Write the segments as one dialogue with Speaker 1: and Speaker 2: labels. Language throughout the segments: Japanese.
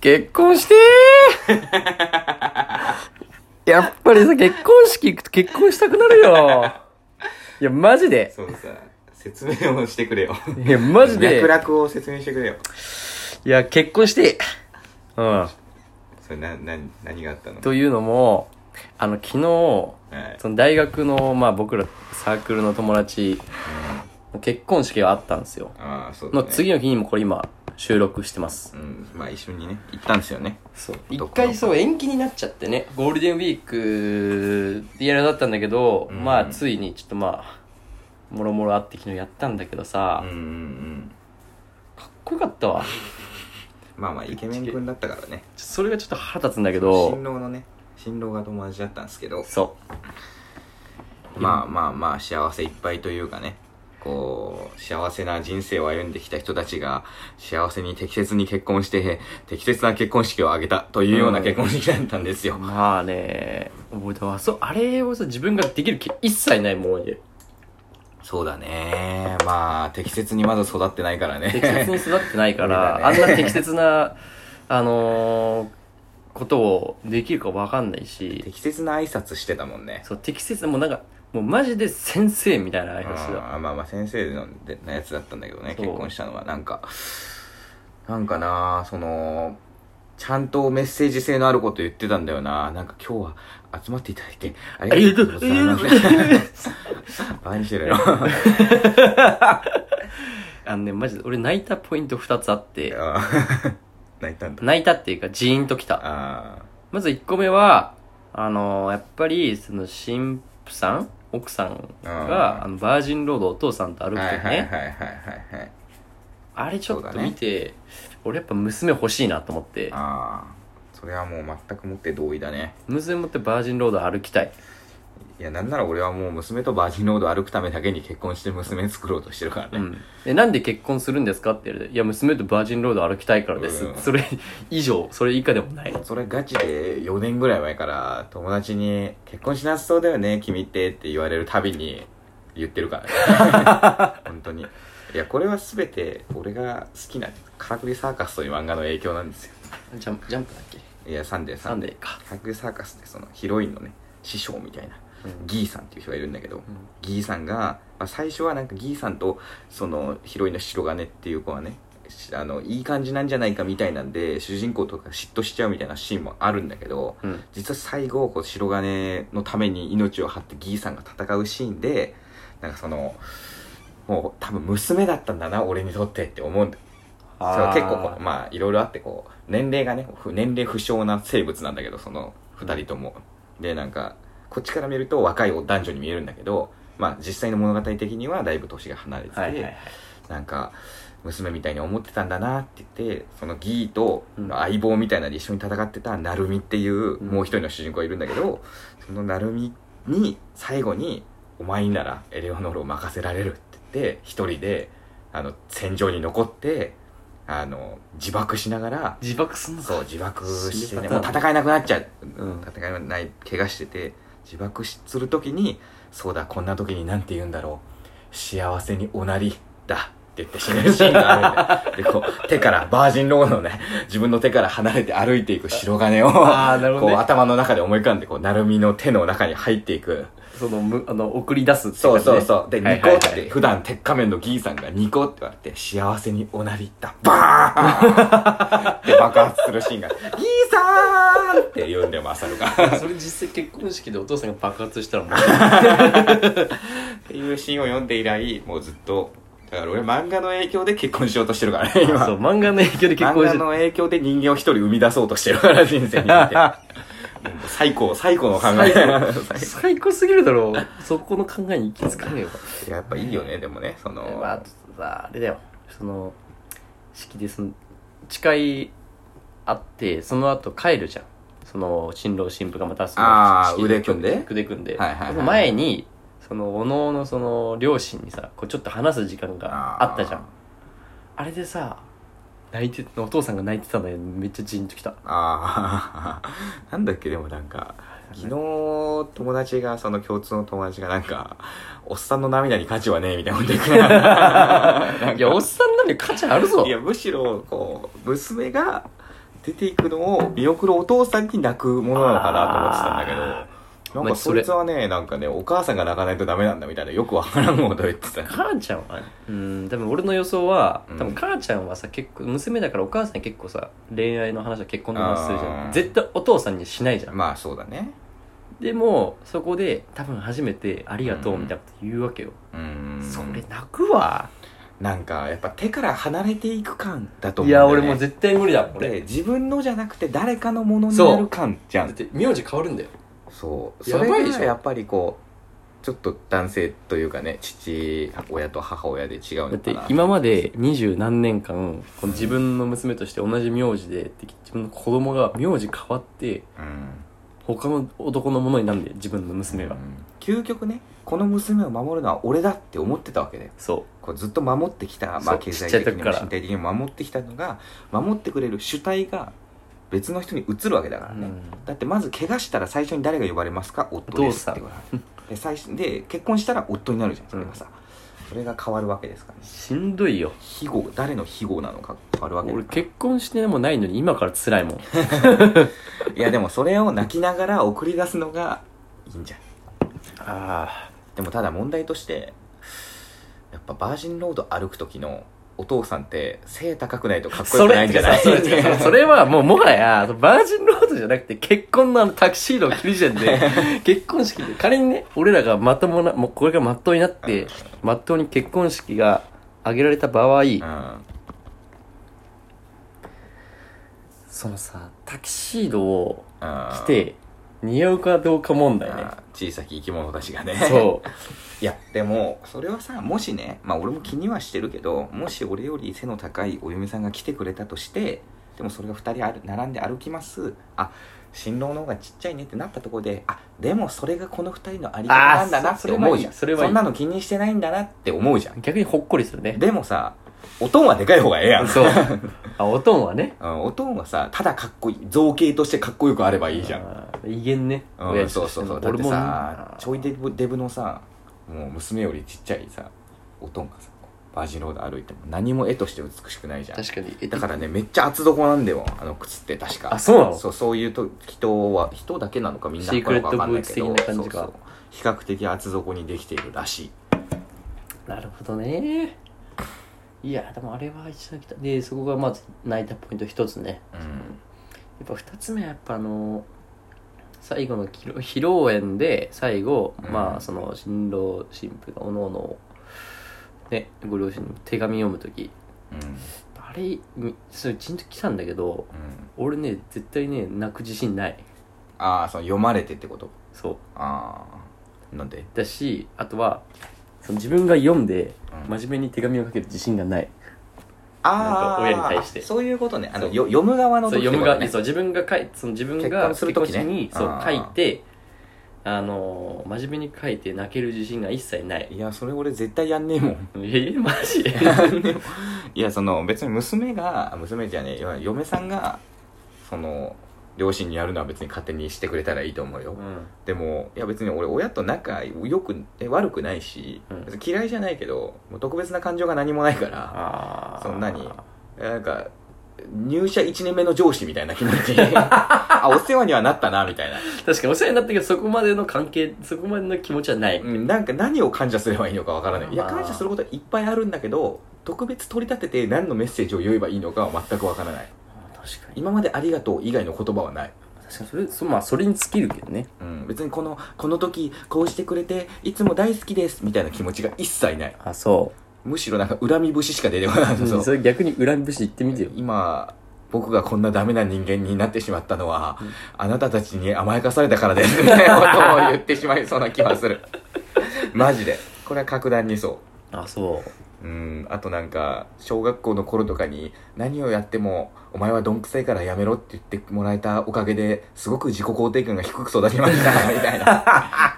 Speaker 1: 結婚してー やっぱりさ、結婚式行くと結婚したくなるよ。いや、マジで。
Speaker 2: そうさ、説明をしてくれよ。
Speaker 1: いや、マジで
Speaker 2: 脈。絡を説明してくれよ。
Speaker 1: いや、結婚して。うん。
Speaker 2: それな、な、何があったの
Speaker 1: というのも、あの、昨日、
Speaker 2: はい。
Speaker 1: その大学の、まあ僕らサークルの友達、結婚式があったんですよ。
Speaker 2: ああ、そうだ、
Speaker 1: の
Speaker 2: ね。
Speaker 1: 次の日にもこれ今、収録してます
Speaker 2: う。ん、まあ一緒にね、行ったんですよね。
Speaker 1: そう。
Speaker 2: ど
Speaker 1: 一
Speaker 2: っか
Speaker 1: 回そう延期になっちゃってね、ゴールデンウィークでやるだったんだけど、
Speaker 2: うん
Speaker 1: まあついにちょっとまあ、もろもろあって昨日やったんだけどさ
Speaker 2: うん、うんうん。
Speaker 1: かっこよかったわ。ちょ
Speaker 2: まあまあ、イケメン君だったからね。
Speaker 1: それがちょっと腹立つんだけ
Speaker 2: 新
Speaker 1: ど、
Speaker 2: 郎のね、新郎が友達だったんですけど、
Speaker 1: そ
Speaker 2: まあまあまあ、幸せいっぱいというかね、こう、幸せな人生を歩んできた人たちが、幸せに適切に結婚して、適切な結婚式を挙げたというような結婚式だったんです
Speaker 1: う。
Speaker 2: よ。
Speaker 1: まあね、覚えてます。そう、あれをさ、自分ができる気一切ないもんで。
Speaker 2: そうだね。まあ、適切にまだ育ってないからね。
Speaker 1: 適切に育ってないから、あ
Speaker 2: 無理
Speaker 1: ん
Speaker 2: だ
Speaker 1: な
Speaker 2: ね
Speaker 1: 適切な、 あのーことをできるかわかんないし、
Speaker 2: 適切な挨拶してたもんね。
Speaker 1: そう、適切な、もうなんか、もうマジで先生みたいな話だ。
Speaker 2: あーまあまあ先生のでのやつだったんだけどね
Speaker 1: そう
Speaker 2: 結婚したのはなんかなんかなそのちゃんとメッセージ性のあること言ってたんだよななんか今日は集まっていただいてありがとうございます
Speaker 1: ありがとうございま
Speaker 2: バカにしてるよ
Speaker 1: あのね、マジで、俺泣いたポイント2つあって、
Speaker 2: 泣いたんだ
Speaker 1: 泣いたっていうか、ジーンときた。
Speaker 2: あ
Speaker 1: まず1個目は、あのーやっぱり、その、新婦さん奥さん
Speaker 2: う
Speaker 1: が、
Speaker 2: ん
Speaker 1: あの、バージンロードをお父さんと歩
Speaker 2: ー
Speaker 1: くと
Speaker 2: はいはいはいはい
Speaker 1: ね、
Speaker 2: はいはい
Speaker 1: あれちょっ
Speaker 2: そう
Speaker 1: と
Speaker 2: だね
Speaker 1: 見て、俺やっぱ娘欲しいなと思って、
Speaker 2: ああそれはもう全くもって同意だね
Speaker 1: 娘持ってバージンロード歩きたい。
Speaker 2: いやなんなら俺はもう娘とバージンロード歩くためだけに結婚して娘作ろうとしてるからね、
Speaker 1: うん、えなんで結婚するんですかって言われて「いや娘とバージンロード歩きたいからです」
Speaker 2: うん
Speaker 1: それ以上それ以下でもない
Speaker 2: それガチで4年ぐらい前から友達に「結婚しなさそうだよね君って」って言われるたびに言ってるからね本当にいやこれは全て俺が好きな「カラクリサーカス」という漫画の影響なんですよ
Speaker 1: ジャンプジャンプだっけ
Speaker 2: いやサンデーサ
Speaker 1: サ
Speaker 2: ン
Speaker 1: ン
Speaker 2: デー
Speaker 1: デーか
Speaker 2: カラクリサーカスってそのヒロインのね師匠みたいな、
Speaker 1: うん
Speaker 2: ギーさんっていう人がいるんだけど、
Speaker 1: ん
Speaker 2: ギーさんが、まあ、最初はなんかギーさんとそのヒロインの白金っていう子はねしあのいい感じなんじゃないかみたいなんで主人公とか嫉妬しちゃうみたいなシーンもあるんだけど、
Speaker 1: うん
Speaker 2: 実は最後こう白金のために命を張ってギーさんが戦うシーンでなんかそのもう多分娘だったんだな俺にとってって思うんだそう結構こうまあいろいろあってこう年齢がね不年齢不詳な生物なんだけどその2人ともでなんかこっちから見ると若い男女に見えるんだけどまあ実際の物語的にはだいぶ年が離れてて、
Speaker 1: はいはいはい
Speaker 2: なんか娘みたいに思ってたんだなって言ってそのギーと
Speaker 1: うん
Speaker 2: 相棒みたいなので一緒に戦ってたなるみっていう、
Speaker 1: うん
Speaker 2: もう一人の主人公がいるんだけどそのなるみに最後に「お前にならエレオノールを任せられる」って言って一人であの戦場に残ってあの自爆しながら
Speaker 1: 自爆すんの
Speaker 2: そ
Speaker 1: か
Speaker 2: う自爆して、ね、
Speaker 1: 死に方
Speaker 2: もう戦えなくなっちゃう、
Speaker 1: うん
Speaker 2: 戦えない怪我してて自爆しする時にそうだこんな時になんて言うんだろう幸せにおなりだって言って死ぬシーンがあるんででこ う手からバージンロードのね自分の手から離れて歩いていく白金を
Speaker 1: あーなるほど
Speaker 2: こ
Speaker 1: ね
Speaker 2: う頭の中で思い浮かんでこう成海の手の中に入っていく
Speaker 1: そのむあの送り出すって
Speaker 2: そうそう
Speaker 1: う
Speaker 2: そう。で、
Speaker 1: はい
Speaker 2: ニ
Speaker 1: はいは
Speaker 2: コ
Speaker 1: い
Speaker 2: って、普段鉄仮面のギーさんがニコって言われて、幸せにおなりだ。バーンって爆発するシーンが、 ギーさーんって言うんだよ、マサルが。っ
Speaker 1: それ実際結婚式でお父さんが爆発したらもう
Speaker 2: ていうシーンを読んで以来、もうずっと、だから俺漫画の影響で結婚しようとしてるから ね、
Speaker 1: そう
Speaker 2: 今。
Speaker 1: 漫画の影響で結
Speaker 2: 漫
Speaker 1: 婚
Speaker 2: 画
Speaker 1: して
Speaker 2: の影響で人間を一人生み出そうとしてるから、人生において。もう最高、最高の考え。
Speaker 1: 最高すぎるだろうそこの考えに行き着かねえよ
Speaker 2: いややっぱいいよね、でもね、その、
Speaker 1: まあ、あとさあれだよその式でその誓いあってその後帰るじゃんその新郎新婦がまたその
Speaker 2: あー
Speaker 1: 式
Speaker 2: 腕組んで
Speaker 1: 腕組んで、
Speaker 2: はいはいはい
Speaker 1: その前にそのおのおのその両親にさこうちょっと話す時間があったじゃんあれでさ泣いてお父さんが泣いてたのよめっちゃジーンとき た
Speaker 2: ああ、 なんだっけ、でもなんか、昨日、友達が、その共通の友達がなんか、おっさんの涙に価値はねえ、みたいなこと言ってくれた なんか
Speaker 1: いやおっさんなのに価値あるぞ
Speaker 2: いや、むしろ、こう、娘が、出ていくのを見送るお父さんに泣くものなのかなと思ってたんだけど、なん
Speaker 1: まあ
Speaker 2: か
Speaker 1: そ
Speaker 2: そ
Speaker 1: れ
Speaker 2: いつはね、なんかね、お母さんが泣かないとダメなんだみたいな、よくわからんこと言ってた。
Speaker 1: 母ちゃんはうん多分俺の予想は
Speaker 2: うん
Speaker 1: 多分母ちゃんはさ結構娘だからお母さん結構さ恋愛の話は結婚の話するじゃ
Speaker 2: あ
Speaker 1: ん
Speaker 2: ー
Speaker 1: 絶対お父さんにしないじゃん、
Speaker 2: まあそうだね。
Speaker 1: でもそこで多分初めて「ありがとう」みたいなこと言うわけよ、
Speaker 2: うん。
Speaker 1: それ泣くわ
Speaker 2: なんか、やっぱ手から離れていく感だと
Speaker 1: い
Speaker 2: 思うんだ
Speaker 1: や
Speaker 2: よ、
Speaker 1: 俺
Speaker 2: ね。
Speaker 1: もう絶対無理だもん俺
Speaker 2: で自分のじゃなくて誰かのものになる感じゃ
Speaker 1: だっ
Speaker 2: ん
Speaker 1: て名字変わるんだよ
Speaker 2: そう
Speaker 1: や
Speaker 2: そ
Speaker 1: ば
Speaker 2: れ
Speaker 1: いでしょ
Speaker 2: がやっぱりこうちょっと男性というかね父親と母親で違う
Speaker 1: だ
Speaker 2: の
Speaker 1: っ
Speaker 2: か
Speaker 1: て
Speaker 2: な
Speaker 1: 今まで二十何年間この自分の娘として同じ名字でって自分の子供が名字変わって
Speaker 2: うん
Speaker 1: 他の男のものになんで自分の娘が、
Speaker 2: うん究極ねこの娘を守るのは俺だって思ってたわけで
Speaker 1: そ
Speaker 2: こうずっと守ってきた、
Speaker 1: そ
Speaker 2: ま
Speaker 1: う
Speaker 2: あ、経済
Speaker 1: ちっちゃい
Speaker 2: 的
Speaker 1: 時
Speaker 2: に
Speaker 1: か
Speaker 2: も
Speaker 1: ら
Speaker 2: 身体的にも守ってきたのが守ってくれる主体が別の人に移るわけだか
Speaker 1: う、
Speaker 2: らね、
Speaker 1: うん
Speaker 2: だってまず怪我したら最初に誰が呼ばれますか夫ですって言われるで最初で結婚したら夫になるじゃんそれがさ、それが変わるわけですからね
Speaker 1: しんどいよ
Speaker 2: 非語誰の非語なのか変わるわけ
Speaker 1: 俺結婚してもないのに今から辛い もん
Speaker 2: いやでもそれを泣きながら送り出すのがいいんじゃん
Speaker 1: あ
Speaker 2: でもただ問題としてやっぱバージンロード歩く時のお父さんって背高くないとかっこよ
Speaker 1: そ
Speaker 2: くな
Speaker 1: れ
Speaker 2: いんじゃない
Speaker 1: それそれそれはもうもはやバージンロードじゃなくて結婚のあのタクシードを切る時点で 結婚式で仮にね俺らがまともなもうこれがまっとうになってまっとうに結婚式が挙げられた場合、
Speaker 2: うん
Speaker 1: そのさタキシードを
Speaker 2: うん
Speaker 1: 着て似合うかどうか問題ね
Speaker 2: あー小さき生き物たちがね
Speaker 1: そう
Speaker 2: いやでもそれはさもしねまあ俺も気にはしてるけどもし俺より背の高いお嫁さんが来てくれたとしてでもそれが2人ある並んで歩きますあ新郎の方がちっちゃいねってなったところであでもそれがこの2人のあり方なんだな
Speaker 1: あー
Speaker 2: っ
Speaker 1: そ
Speaker 2: て思うじゃん
Speaker 1: それはいいそれはいい
Speaker 2: んなの気にしてないんだなって思うじゃん
Speaker 1: 逆にほっこりするね
Speaker 2: でもさおとんはでかい方がええやん
Speaker 1: そうあおとんはね
Speaker 2: うん、おとんはさただかっこいい造形としてかっこよくあればいいじゃん
Speaker 1: あー威厳ね
Speaker 2: うん、
Speaker 1: と
Speaker 2: そ
Speaker 1: し
Speaker 2: う
Speaker 1: て
Speaker 2: そう
Speaker 1: の
Speaker 2: そうだってさ
Speaker 1: 俺も
Speaker 2: ちょいデブデブのさもう娘よりちっちゃいさおとんがさこうバージンロード歩いても何も絵として美しくないじゃん
Speaker 1: 確かにえ
Speaker 2: だからねめっちゃ厚底なんだよあの靴って確か
Speaker 1: あそうなの
Speaker 2: そうそういうと人は人だけなのかみんな
Speaker 1: シークレット
Speaker 2: 他のかわかんないけど
Speaker 1: ブーツ的な感じか
Speaker 2: そうそう比較的厚底にできているらしい
Speaker 1: なるほどねいやでもあれは一度来たでそこがまず泣いたポイント一つね
Speaker 2: うん
Speaker 1: やっぱ二つ目はやっぱあの最後の披露披露宴で最後、
Speaker 2: うん
Speaker 1: まあその新郎新婦がおのおのねご両親に手紙読む時
Speaker 2: うん
Speaker 1: あれみそれちんと来たんだけど
Speaker 2: うん
Speaker 1: 俺ね絶対ね泣く自信ない
Speaker 2: ああその読まれてってこと
Speaker 1: そう
Speaker 2: ああなんで
Speaker 1: だしあとはその自分が読んで
Speaker 2: うん
Speaker 1: 真面目に手紙を書ける自信がない、
Speaker 2: ああ
Speaker 1: なんか親に対して
Speaker 2: そういうことねあの
Speaker 1: そう
Speaker 2: よ読む側の
Speaker 1: そう
Speaker 2: 時って
Speaker 1: 読
Speaker 2: こ
Speaker 1: むが、
Speaker 2: とね
Speaker 1: そう自分が書いその自分
Speaker 2: 結
Speaker 1: が
Speaker 2: 婚する時ね
Speaker 1: 結婚式にそう
Speaker 2: あ
Speaker 1: 書
Speaker 2: ー
Speaker 1: いてあのー真面目に書いて泣ける自信が一切ない
Speaker 2: いやそれ俺絶対やんねえもん
Speaker 1: えマ ジ
Speaker 2: いやその別に娘が娘じゃねえよ嫁さんがその両親にやるのは別に勝手にしてくれたらいいと思うよ、
Speaker 1: うん
Speaker 2: でもいや別に俺親と仲良くえ悪くないし、
Speaker 1: うん
Speaker 2: 別に嫌いじゃないけどもう特別な感情が何もないから
Speaker 1: あー
Speaker 2: そんなにえなんか入社1年目の上司みたいな気持ち あお世話にはなったなみたいな
Speaker 1: 確かにお世話になったけどそこまでの関係そこまでの気持ちはない、
Speaker 2: うんなんか何を感謝すればいいのかわからないいや
Speaker 1: まあ
Speaker 2: 感謝することはいっぱいあるんだけど特別取り立てて何のメッセージを言えばいいのかは全くわからない
Speaker 1: 確かに
Speaker 2: 今まで「ありがとう」以外の言葉はない、
Speaker 1: 確かにそれそ,、まあ、それに尽きるけどね
Speaker 2: うん、別にこのこの時こうしてくれていつも大好きですみたいな気持ちが一切ない
Speaker 1: あそ
Speaker 2: むしろなんか恨み節しか出てこない、
Speaker 1: う
Speaker 2: そ
Speaker 1: そうれ逆に恨み節言ってみてよ
Speaker 2: 今僕がこんなダメな人間になってしまったのは、あなたたちに甘やかされたからです みたいなことを言ってしまいそうな気はするマジでこれは格段にそう
Speaker 1: あそう
Speaker 2: うん、あとなんか小学校の頃とかに何をやってもお前はどんくさいからやめろって言ってもらえたおかげですごく自己肯定感が低く育ち ましたみたいな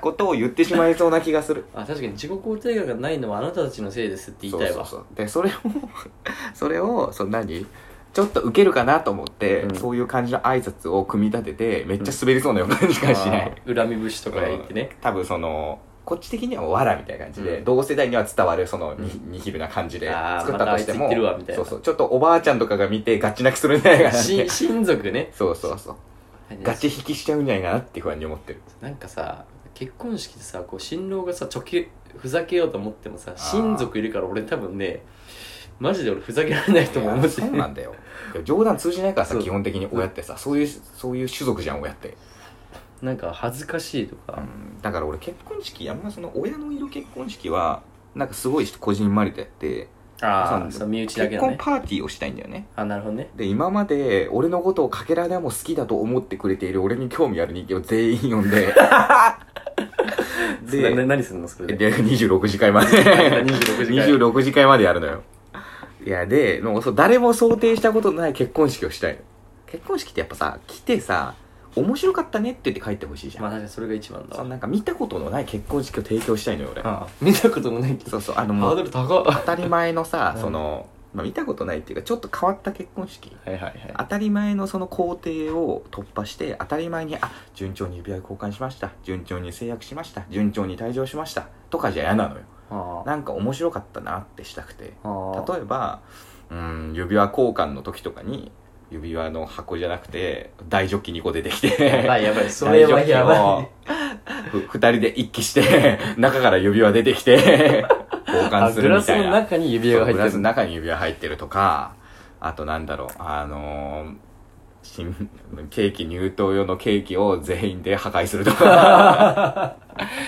Speaker 2: ことを言ってしまいそうな気がする
Speaker 1: あ確かに自己肯定感がないのはあなたたちのせいですって言いたいわ
Speaker 2: そうそうそうでそれを それをその何ちょっとウケるかなと思って、
Speaker 1: うん
Speaker 2: そういう感じの挨拶を組み立ててめっちゃ滑りそうな予感しかしない、
Speaker 1: あー恨み節とか言ってね、
Speaker 2: 多分そのこっち的にはわらみたいな感じで、
Speaker 1: うん
Speaker 2: 同世代には伝わるそのニ,、ニヒルな感じで
Speaker 1: あー
Speaker 2: 作ったとして
Speaker 1: またあいつ言っ
Speaker 2: も、
Speaker 1: てるわみたいな
Speaker 2: そうそうちょっとおばあちゃんとかが見てガチ泣きするんじゃない かなって
Speaker 1: し親族 ね
Speaker 2: そうそうそうガチ引きしちゃうんじゃないかなって不安に思ってる
Speaker 1: なんかさ結婚式でさこう新郎がさちょけふざけようと思ってもさ
Speaker 2: ー
Speaker 1: 親族いるから俺多分ねマジで俺ふざけられないとも
Speaker 2: い
Speaker 1: 思
Speaker 2: や
Speaker 1: って
Speaker 2: そうなんだよいや冗談通じないからさ
Speaker 1: そう
Speaker 2: 基本的に親ってさそういうそういう種族じゃん親って、
Speaker 1: なんか恥ずかしいと
Speaker 2: う
Speaker 1: か、
Speaker 2: ん、だから俺結婚式あんまその親の色結婚式はなんかすごいこじんまりとやって
Speaker 1: あ
Speaker 2: そう
Speaker 1: あそう身内だけ
Speaker 2: 結
Speaker 1: だ
Speaker 2: 婚
Speaker 1: ね
Speaker 2: パーティーをしたいんだよね
Speaker 1: あなるほどね
Speaker 2: で今まで俺のことをかけらでも好きだと思ってくれている俺に興味ある人間を全員呼ん で
Speaker 1: なな
Speaker 2: で
Speaker 1: 何すんのそれで
Speaker 2: で26時間まで
Speaker 1: 26時間
Speaker 2: 26時間までやるのよいやでもうそう誰も想定したことのない結婚式をしたいの結婚式ってやっぱさ来てさ面白かったねって言って帰ってほしいじゃん、
Speaker 1: まあ確かにそれが一番だ
Speaker 2: その
Speaker 1: わ
Speaker 2: なんか見たことのない結婚式を提供したいのよ俺
Speaker 1: ああ見たこともないけど
Speaker 2: そうそうあの
Speaker 1: ハ
Speaker 2: も
Speaker 1: ード
Speaker 2: う
Speaker 1: ル高っは
Speaker 2: 当たり前のさ
Speaker 1: うん
Speaker 2: その、まあ、見たことないっていうかちょっと変わった結婚式
Speaker 1: いはいはい
Speaker 2: 当たり前のその工程を突破して当たり前にあ順調に指輪交換しました順調に制約しました順調に退場しましたとかじゃ嫌なのよ
Speaker 1: あ
Speaker 2: なんか面白かったなってしたくて
Speaker 1: ああ
Speaker 2: 例えばうん指輪交換の時とかに指輪の箱じゃなくて大ジョッキ2個出てき
Speaker 1: あやば
Speaker 2: て
Speaker 1: いやばい それはやばい
Speaker 2: 2人で一気して中から指輪出てきて交
Speaker 1: あ
Speaker 2: 換す
Speaker 1: グ
Speaker 2: る
Speaker 1: ラ
Speaker 2: み
Speaker 1: ス
Speaker 2: たい
Speaker 1: の
Speaker 2: な
Speaker 1: 中に指輪
Speaker 2: そう
Speaker 1: が入
Speaker 2: グラ
Speaker 1: っ
Speaker 2: ス
Speaker 1: て
Speaker 2: の
Speaker 1: る
Speaker 2: 中に指輪入ってるとかあとなんだろうあのー新ケーキ入刀用のケーキを全員で破壊するとか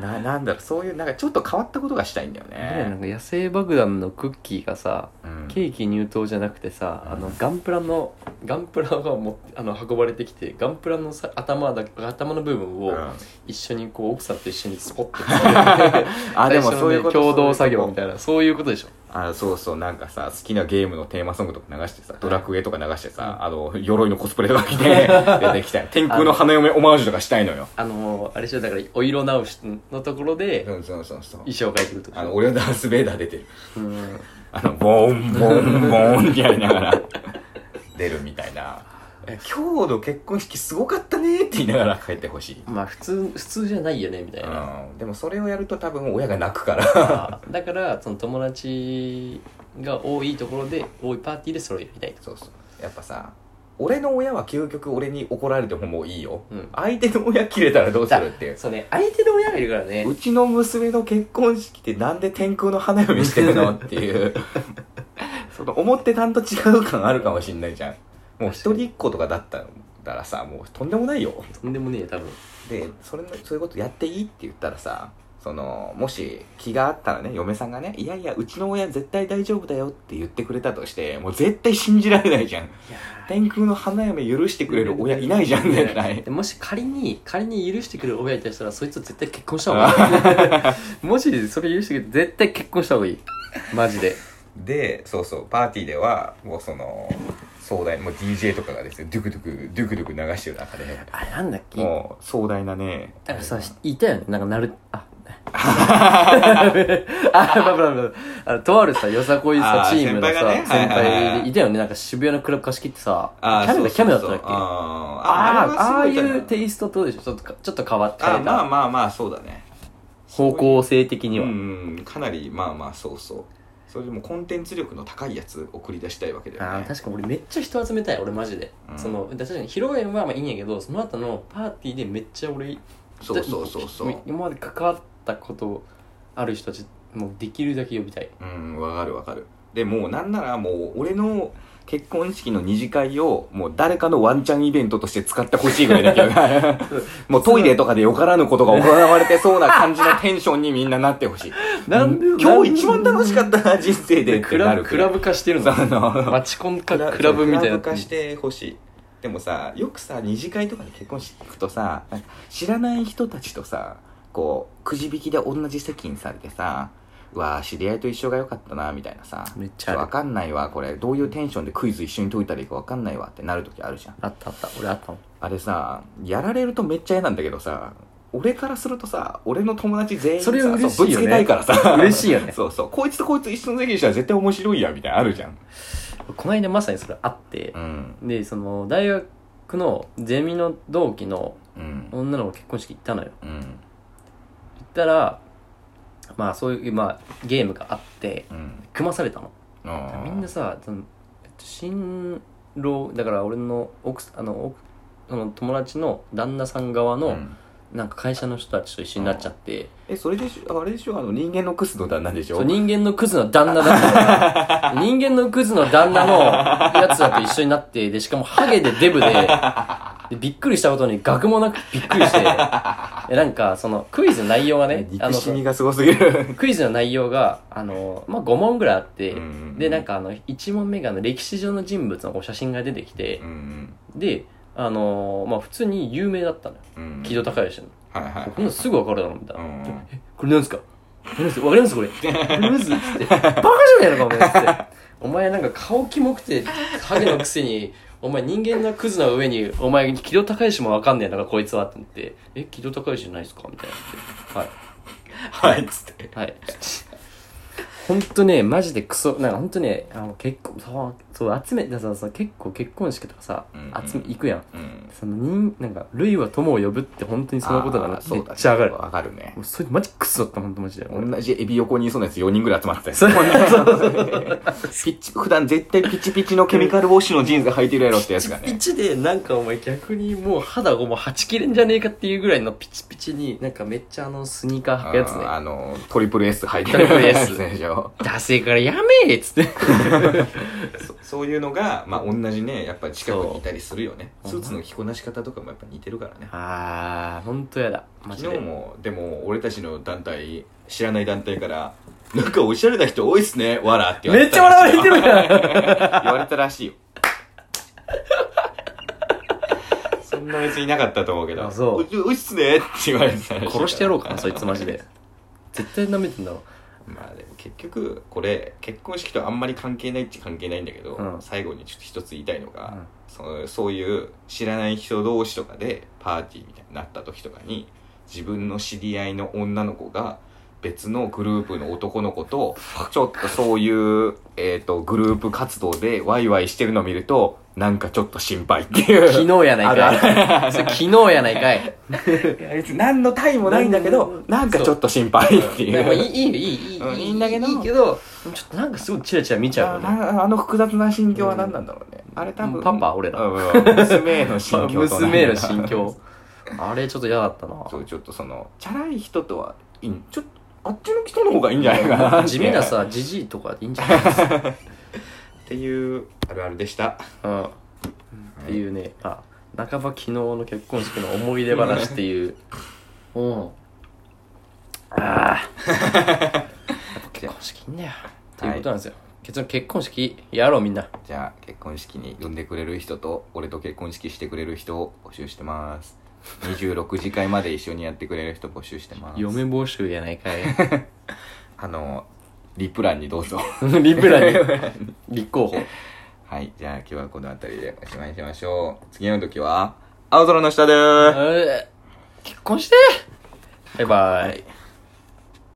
Speaker 2: ななんだろうそういうなんかちょっと変わったことがしたいんだよ
Speaker 1: ねなん
Speaker 2: ね、
Speaker 1: か野生爆弾のクッキーがさ
Speaker 2: うん
Speaker 1: ケーキ入刀じゃなくてさ、
Speaker 2: うん
Speaker 1: あのガンプラのガンプラがもあの運ばれてきてガンプラのさ頭だ頭の部分
Speaker 2: う
Speaker 1: を
Speaker 2: ん
Speaker 1: 一緒にこう奥さんと一緒にスポッて作る
Speaker 2: あでもそういうこ
Speaker 1: 最初のね
Speaker 2: と
Speaker 1: 共同作業み
Speaker 2: い
Speaker 1: たいなそういうことでしょ
Speaker 2: あそうそうなんかさ好きなゲームのテーマソングとか流してさドラクエとか流してさ、あの鎧のコスプレとか着 て出てきたい天空の花嫁オマージュとかしたいのよ
Speaker 1: あのーあれでしょだからお色直しのところで
Speaker 2: そうそうそうそう
Speaker 1: 衣装を変えてくるとか
Speaker 2: あの俺のダース・ベイダー出てる
Speaker 1: うん
Speaker 2: あの、ボンボンボンってやりながら出るみたいな。え今日の結婚式すごかったねって言いながら帰ってほしい。
Speaker 1: まあ普通普通じゃないよねみたいな、
Speaker 2: うん。でもそれをやると多分親が泣くから。
Speaker 1: あ ーだからその友達が多いところで多いパーティーでそれをやりたいと
Speaker 2: そうそう。やっぱさ、俺の親は究極俺に怒られてももういいよ。
Speaker 1: うん
Speaker 2: 相手の親切れたらどうするっていう。
Speaker 1: そうね相手の親がいるからね
Speaker 2: うちの娘の結婚式ってなんで天空の花嫁してるのって いう。その思ってたんと違う感あるかもしんないじゃん。もう一人っ子とかだったらさ、もうとんでもないよ。
Speaker 1: とんでもねえ多分
Speaker 2: でそれのそういうことやっていいって言ったらさそのもし気があったらね嫁さんがね「いやいやうちの親絶対大丈夫だよ」って言ってくれたとしてもう絶対信じられないじゃん
Speaker 1: いや
Speaker 2: 天空の花嫁許してくれる親いないじゃん絶対
Speaker 1: でもし仮に仮に許してくれる親いたりしたらそいつは絶対結婚した方がいい もしそれ許してくれる絶対結婚した方がいいマジで
Speaker 2: でそうそうパーティーではもうその壮大もう DJ とかがですよドゥクドゥクドゥクドゥク流してる中で
Speaker 1: あれなんだっけなん
Speaker 2: もう壮大なね
Speaker 1: かさいたよねなんかなる ああ、バブラブラあのとあるさ、よさこいさ
Speaker 2: あ、ー
Speaker 1: チームのさ、
Speaker 2: 先輩がね
Speaker 1: 先
Speaker 2: はいはいは
Speaker 1: 輩
Speaker 2: い
Speaker 1: いたよね、なんか渋谷のクラブ貸し切ってさ、キ
Speaker 2: あー
Speaker 1: ャメがキャメだった
Speaker 2: そ
Speaker 1: っ
Speaker 2: う
Speaker 1: け
Speaker 2: そうそう
Speaker 1: ああ、
Speaker 2: あー
Speaker 1: ああ
Speaker 2: あれはすご
Speaker 1: い
Speaker 2: かったな
Speaker 1: うテイストとでしょちょっとか、ちょっと変わって
Speaker 2: あーまあまあまあそうだね
Speaker 1: 方向性的には。
Speaker 2: うんかなりまあまあそうそうそれでもコンテンツ力の高いやつ送り出したいわけだよね
Speaker 1: あー確かに俺めっちゃ人集めたい俺マジで、
Speaker 2: うん
Speaker 1: その確かに披露宴はまあいいんやけどその後のパーティーでめっちゃ俺
Speaker 2: そうそうそうそう
Speaker 1: 今まで関わったことある人たちもうできるだけ呼びたい
Speaker 2: うんわかるわかるでもうなんならもう俺の結婚式の二次会をもう誰かのワンチャンイベントとして使ってほしいぐらいだけ どもうトイレとかでよからぬことが行われてそうな感じのテンションにみんななってほしいうん今日一番楽しかったな人生でっ
Speaker 1: ク
Speaker 2: てな
Speaker 1: ラ
Speaker 2: る
Speaker 1: ブ
Speaker 2: く
Speaker 1: ク
Speaker 2: ら
Speaker 1: ラ
Speaker 2: い
Speaker 1: ブ化してる
Speaker 2: そ
Speaker 1: の
Speaker 2: の
Speaker 1: マチコンかクラブみたいな
Speaker 2: クラブ化してほしいでもさよくさ二次会とかで結婚式行くとさなんか知らない人たちとさこうくじ引きで同じ席にされてさうわー知り合いと一緒が良かったなみたいなさ
Speaker 1: めっちゃある
Speaker 2: わかんないわこれどういうテンションでクイズ一緒に解いたらいいかわかんないわってなる時あるじゃん
Speaker 1: あったあった俺あったもん
Speaker 2: あれさやられるとめっちゃ嫌なんだけどさ俺からするとさ俺の友達全員さ
Speaker 1: それ嬉しいよね
Speaker 2: ぶつけたいからさ
Speaker 1: 嬉しいよね
Speaker 2: そうそうこいつとこいつ一緒の席にしたら絶対面白いやみたいなのあるじゃん
Speaker 1: この間まさにそれあって
Speaker 2: う、ん
Speaker 1: でその大学のゼミの同期の
Speaker 2: うん
Speaker 1: 女の子結婚式行ったのよ
Speaker 2: うん
Speaker 1: 行っったらまあそういう、まあ、ゲームがあって
Speaker 2: うん
Speaker 1: 組まされたの
Speaker 2: あ
Speaker 1: みんなさそのえっと新郎だから俺の奥さんあの奥その友達の旦那さん側
Speaker 2: の、
Speaker 1: の、
Speaker 2: うん
Speaker 1: なんか会社の人たちと一緒になっちゃって、
Speaker 2: えそれでしょあれでしょあの人間のクスの旦那でしょ
Speaker 1: そう人間のクズの旦那だったから 人間のクズの旦那のやつらと一緒になってでしかもハゲでデブででびっくりしたことに学もなくびっくり してでなんかそのクイズの内容がねあの
Speaker 2: 憎しみがすごすぎる
Speaker 1: クイズの内容があの、まあ、5問ぐらいあって、
Speaker 2: うんうん
Speaker 1: でなんかあの1問目があの歴史上の人物のお写真が出てきて
Speaker 2: う、ん
Speaker 1: であのまあ普通に有名だったのよ
Speaker 2: うんうん
Speaker 1: 木戸孝允の
Speaker 2: はいはい
Speaker 1: こんなのすぐ分かるだろうみたいな、
Speaker 2: うん
Speaker 1: これなんですかわかりますわかりますこれ。ブルーズっつって。バカじゃないのか、お前っつって。お前なんか顔キモくて、ハゲのくせに、お前人間のクズの上に、お前木戸高石もわかんねえのか、こいつはって言って、え、木戸高石じゃないですかみたいなって。はい。
Speaker 2: はいっつって
Speaker 1: はい。ほんとね、マジでクソ、なんかほんとね、あの、結構、そう、そう、集め、だからさ、結構結婚式とかさ
Speaker 2: うんう、ん
Speaker 1: 集め、行くやん。
Speaker 2: うん
Speaker 1: その、人、なんか、類は友を呼ぶって本当にそのことがめ
Speaker 2: あーそうだ
Speaker 1: っちゃ上がる。
Speaker 2: わかるね
Speaker 1: もうそれマジクソだった、ほんとマジで。俺
Speaker 2: 同じエビ横にいそうなやつ4人ぐらい集まってたよ
Speaker 1: そう
Speaker 2: ピッチ普段絶対ピチピチのケミカルウォッシュのジーンズが履いてるやろってやつが
Speaker 1: ピ
Speaker 2: ね
Speaker 1: チでなんかお前逆にもう肌をもうはち切れんじゃねえかっていうぐらいのピチピチになんかめっちゃあのスニーカー履くやつ
Speaker 2: あーあ
Speaker 1: ね
Speaker 2: のトリプル S 履いて
Speaker 1: トリプル
Speaker 2: る
Speaker 1: S
Speaker 2: やつでし ょ
Speaker 1: ダセえからやめえっつって
Speaker 2: そそういうのが、まあ、同じねやっぱ近くにいたりするよね
Speaker 1: そう
Speaker 2: スーツの着こなし方とかもやっぱ似てるからね
Speaker 1: ああほんとやだマジ
Speaker 2: 昨日
Speaker 1: で
Speaker 2: もでも俺たちの団体知らない団体から「なんかおしゃれな人多いっすねわら」って言わ
Speaker 1: め
Speaker 2: れ
Speaker 1: ったちゃ笑わ
Speaker 2: らしい
Speaker 1: れてるやん
Speaker 2: 言われたらしいよそんな別にいなかったと思うけど
Speaker 1: あそう
Speaker 2: おおいっすね」って言われてたらしい
Speaker 1: 殺してやろ うかなそいつマジで絶対舐めてんだろ
Speaker 2: まあでも結局これ結婚式とあんまり関係ないっちゃ関係ないんだけど、
Speaker 1: うん
Speaker 2: 最後にちょっと一つ言いたいのが、
Speaker 1: うん
Speaker 2: そのそういう知らない人同士とかでパーティーみたいになった時とかに自分の知り合いの女の子が別のグループの男の子とちょっとそういう、えー、とグループ活動でワイワイしてるのを見るとなんかちょっと心配っていう
Speaker 1: 昨日やない
Speaker 2: ある
Speaker 1: か いそれ昨日やないかい
Speaker 2: あいつ何の単位もないんだけどなんかちょっと心配ってい
Speaker 1: でもいういいいよいいいい
Speaker 2: うん
Speaker 1: い
Speaker 2: いいんだけど
Speaker 1: いいけどちょっとなんかすごいチラチラ見ちゃうよね
Speaker 2: ああの複雑な心境は何なんだろうね、あれ多分
Speaker 1: パパ俺ら
Speaker 2: うんうん娘への心 境と
Speaker 1: 娘への心境あれちょっと嫌だったな
Speaker 2: そうちょっとそのチャラい人とはいいんちょっとあっちの人の方がいいんじゃないかな って
Speaker 1: 地味なさじじいとかでいいんじゃないですか、
Speaker 2: っていうあるあるでした
Speaker 1: うん、っていうねあ半ば昨日の結婚式の思い出話っていううんあ あ結婚式いいんだよっていうことなんですよ、結論結婚式やろうみんな
Speaker 2: じゃあ結婚式に呼んでくれる人と俺と結婚式してくれる人を募集してます26次会まで一緒にやってくれる人募集してます
Speaker 1: 嫁募集やない かい
Speaker 2: あのリプランにどうぞ
Speaker 1: リプラに立 候補
Speaker 2: はいじゃあ今日はこの辺りでおしまいにしましょう次の時は青空の下でーす
Speaker 1: えー結婚してバイバイ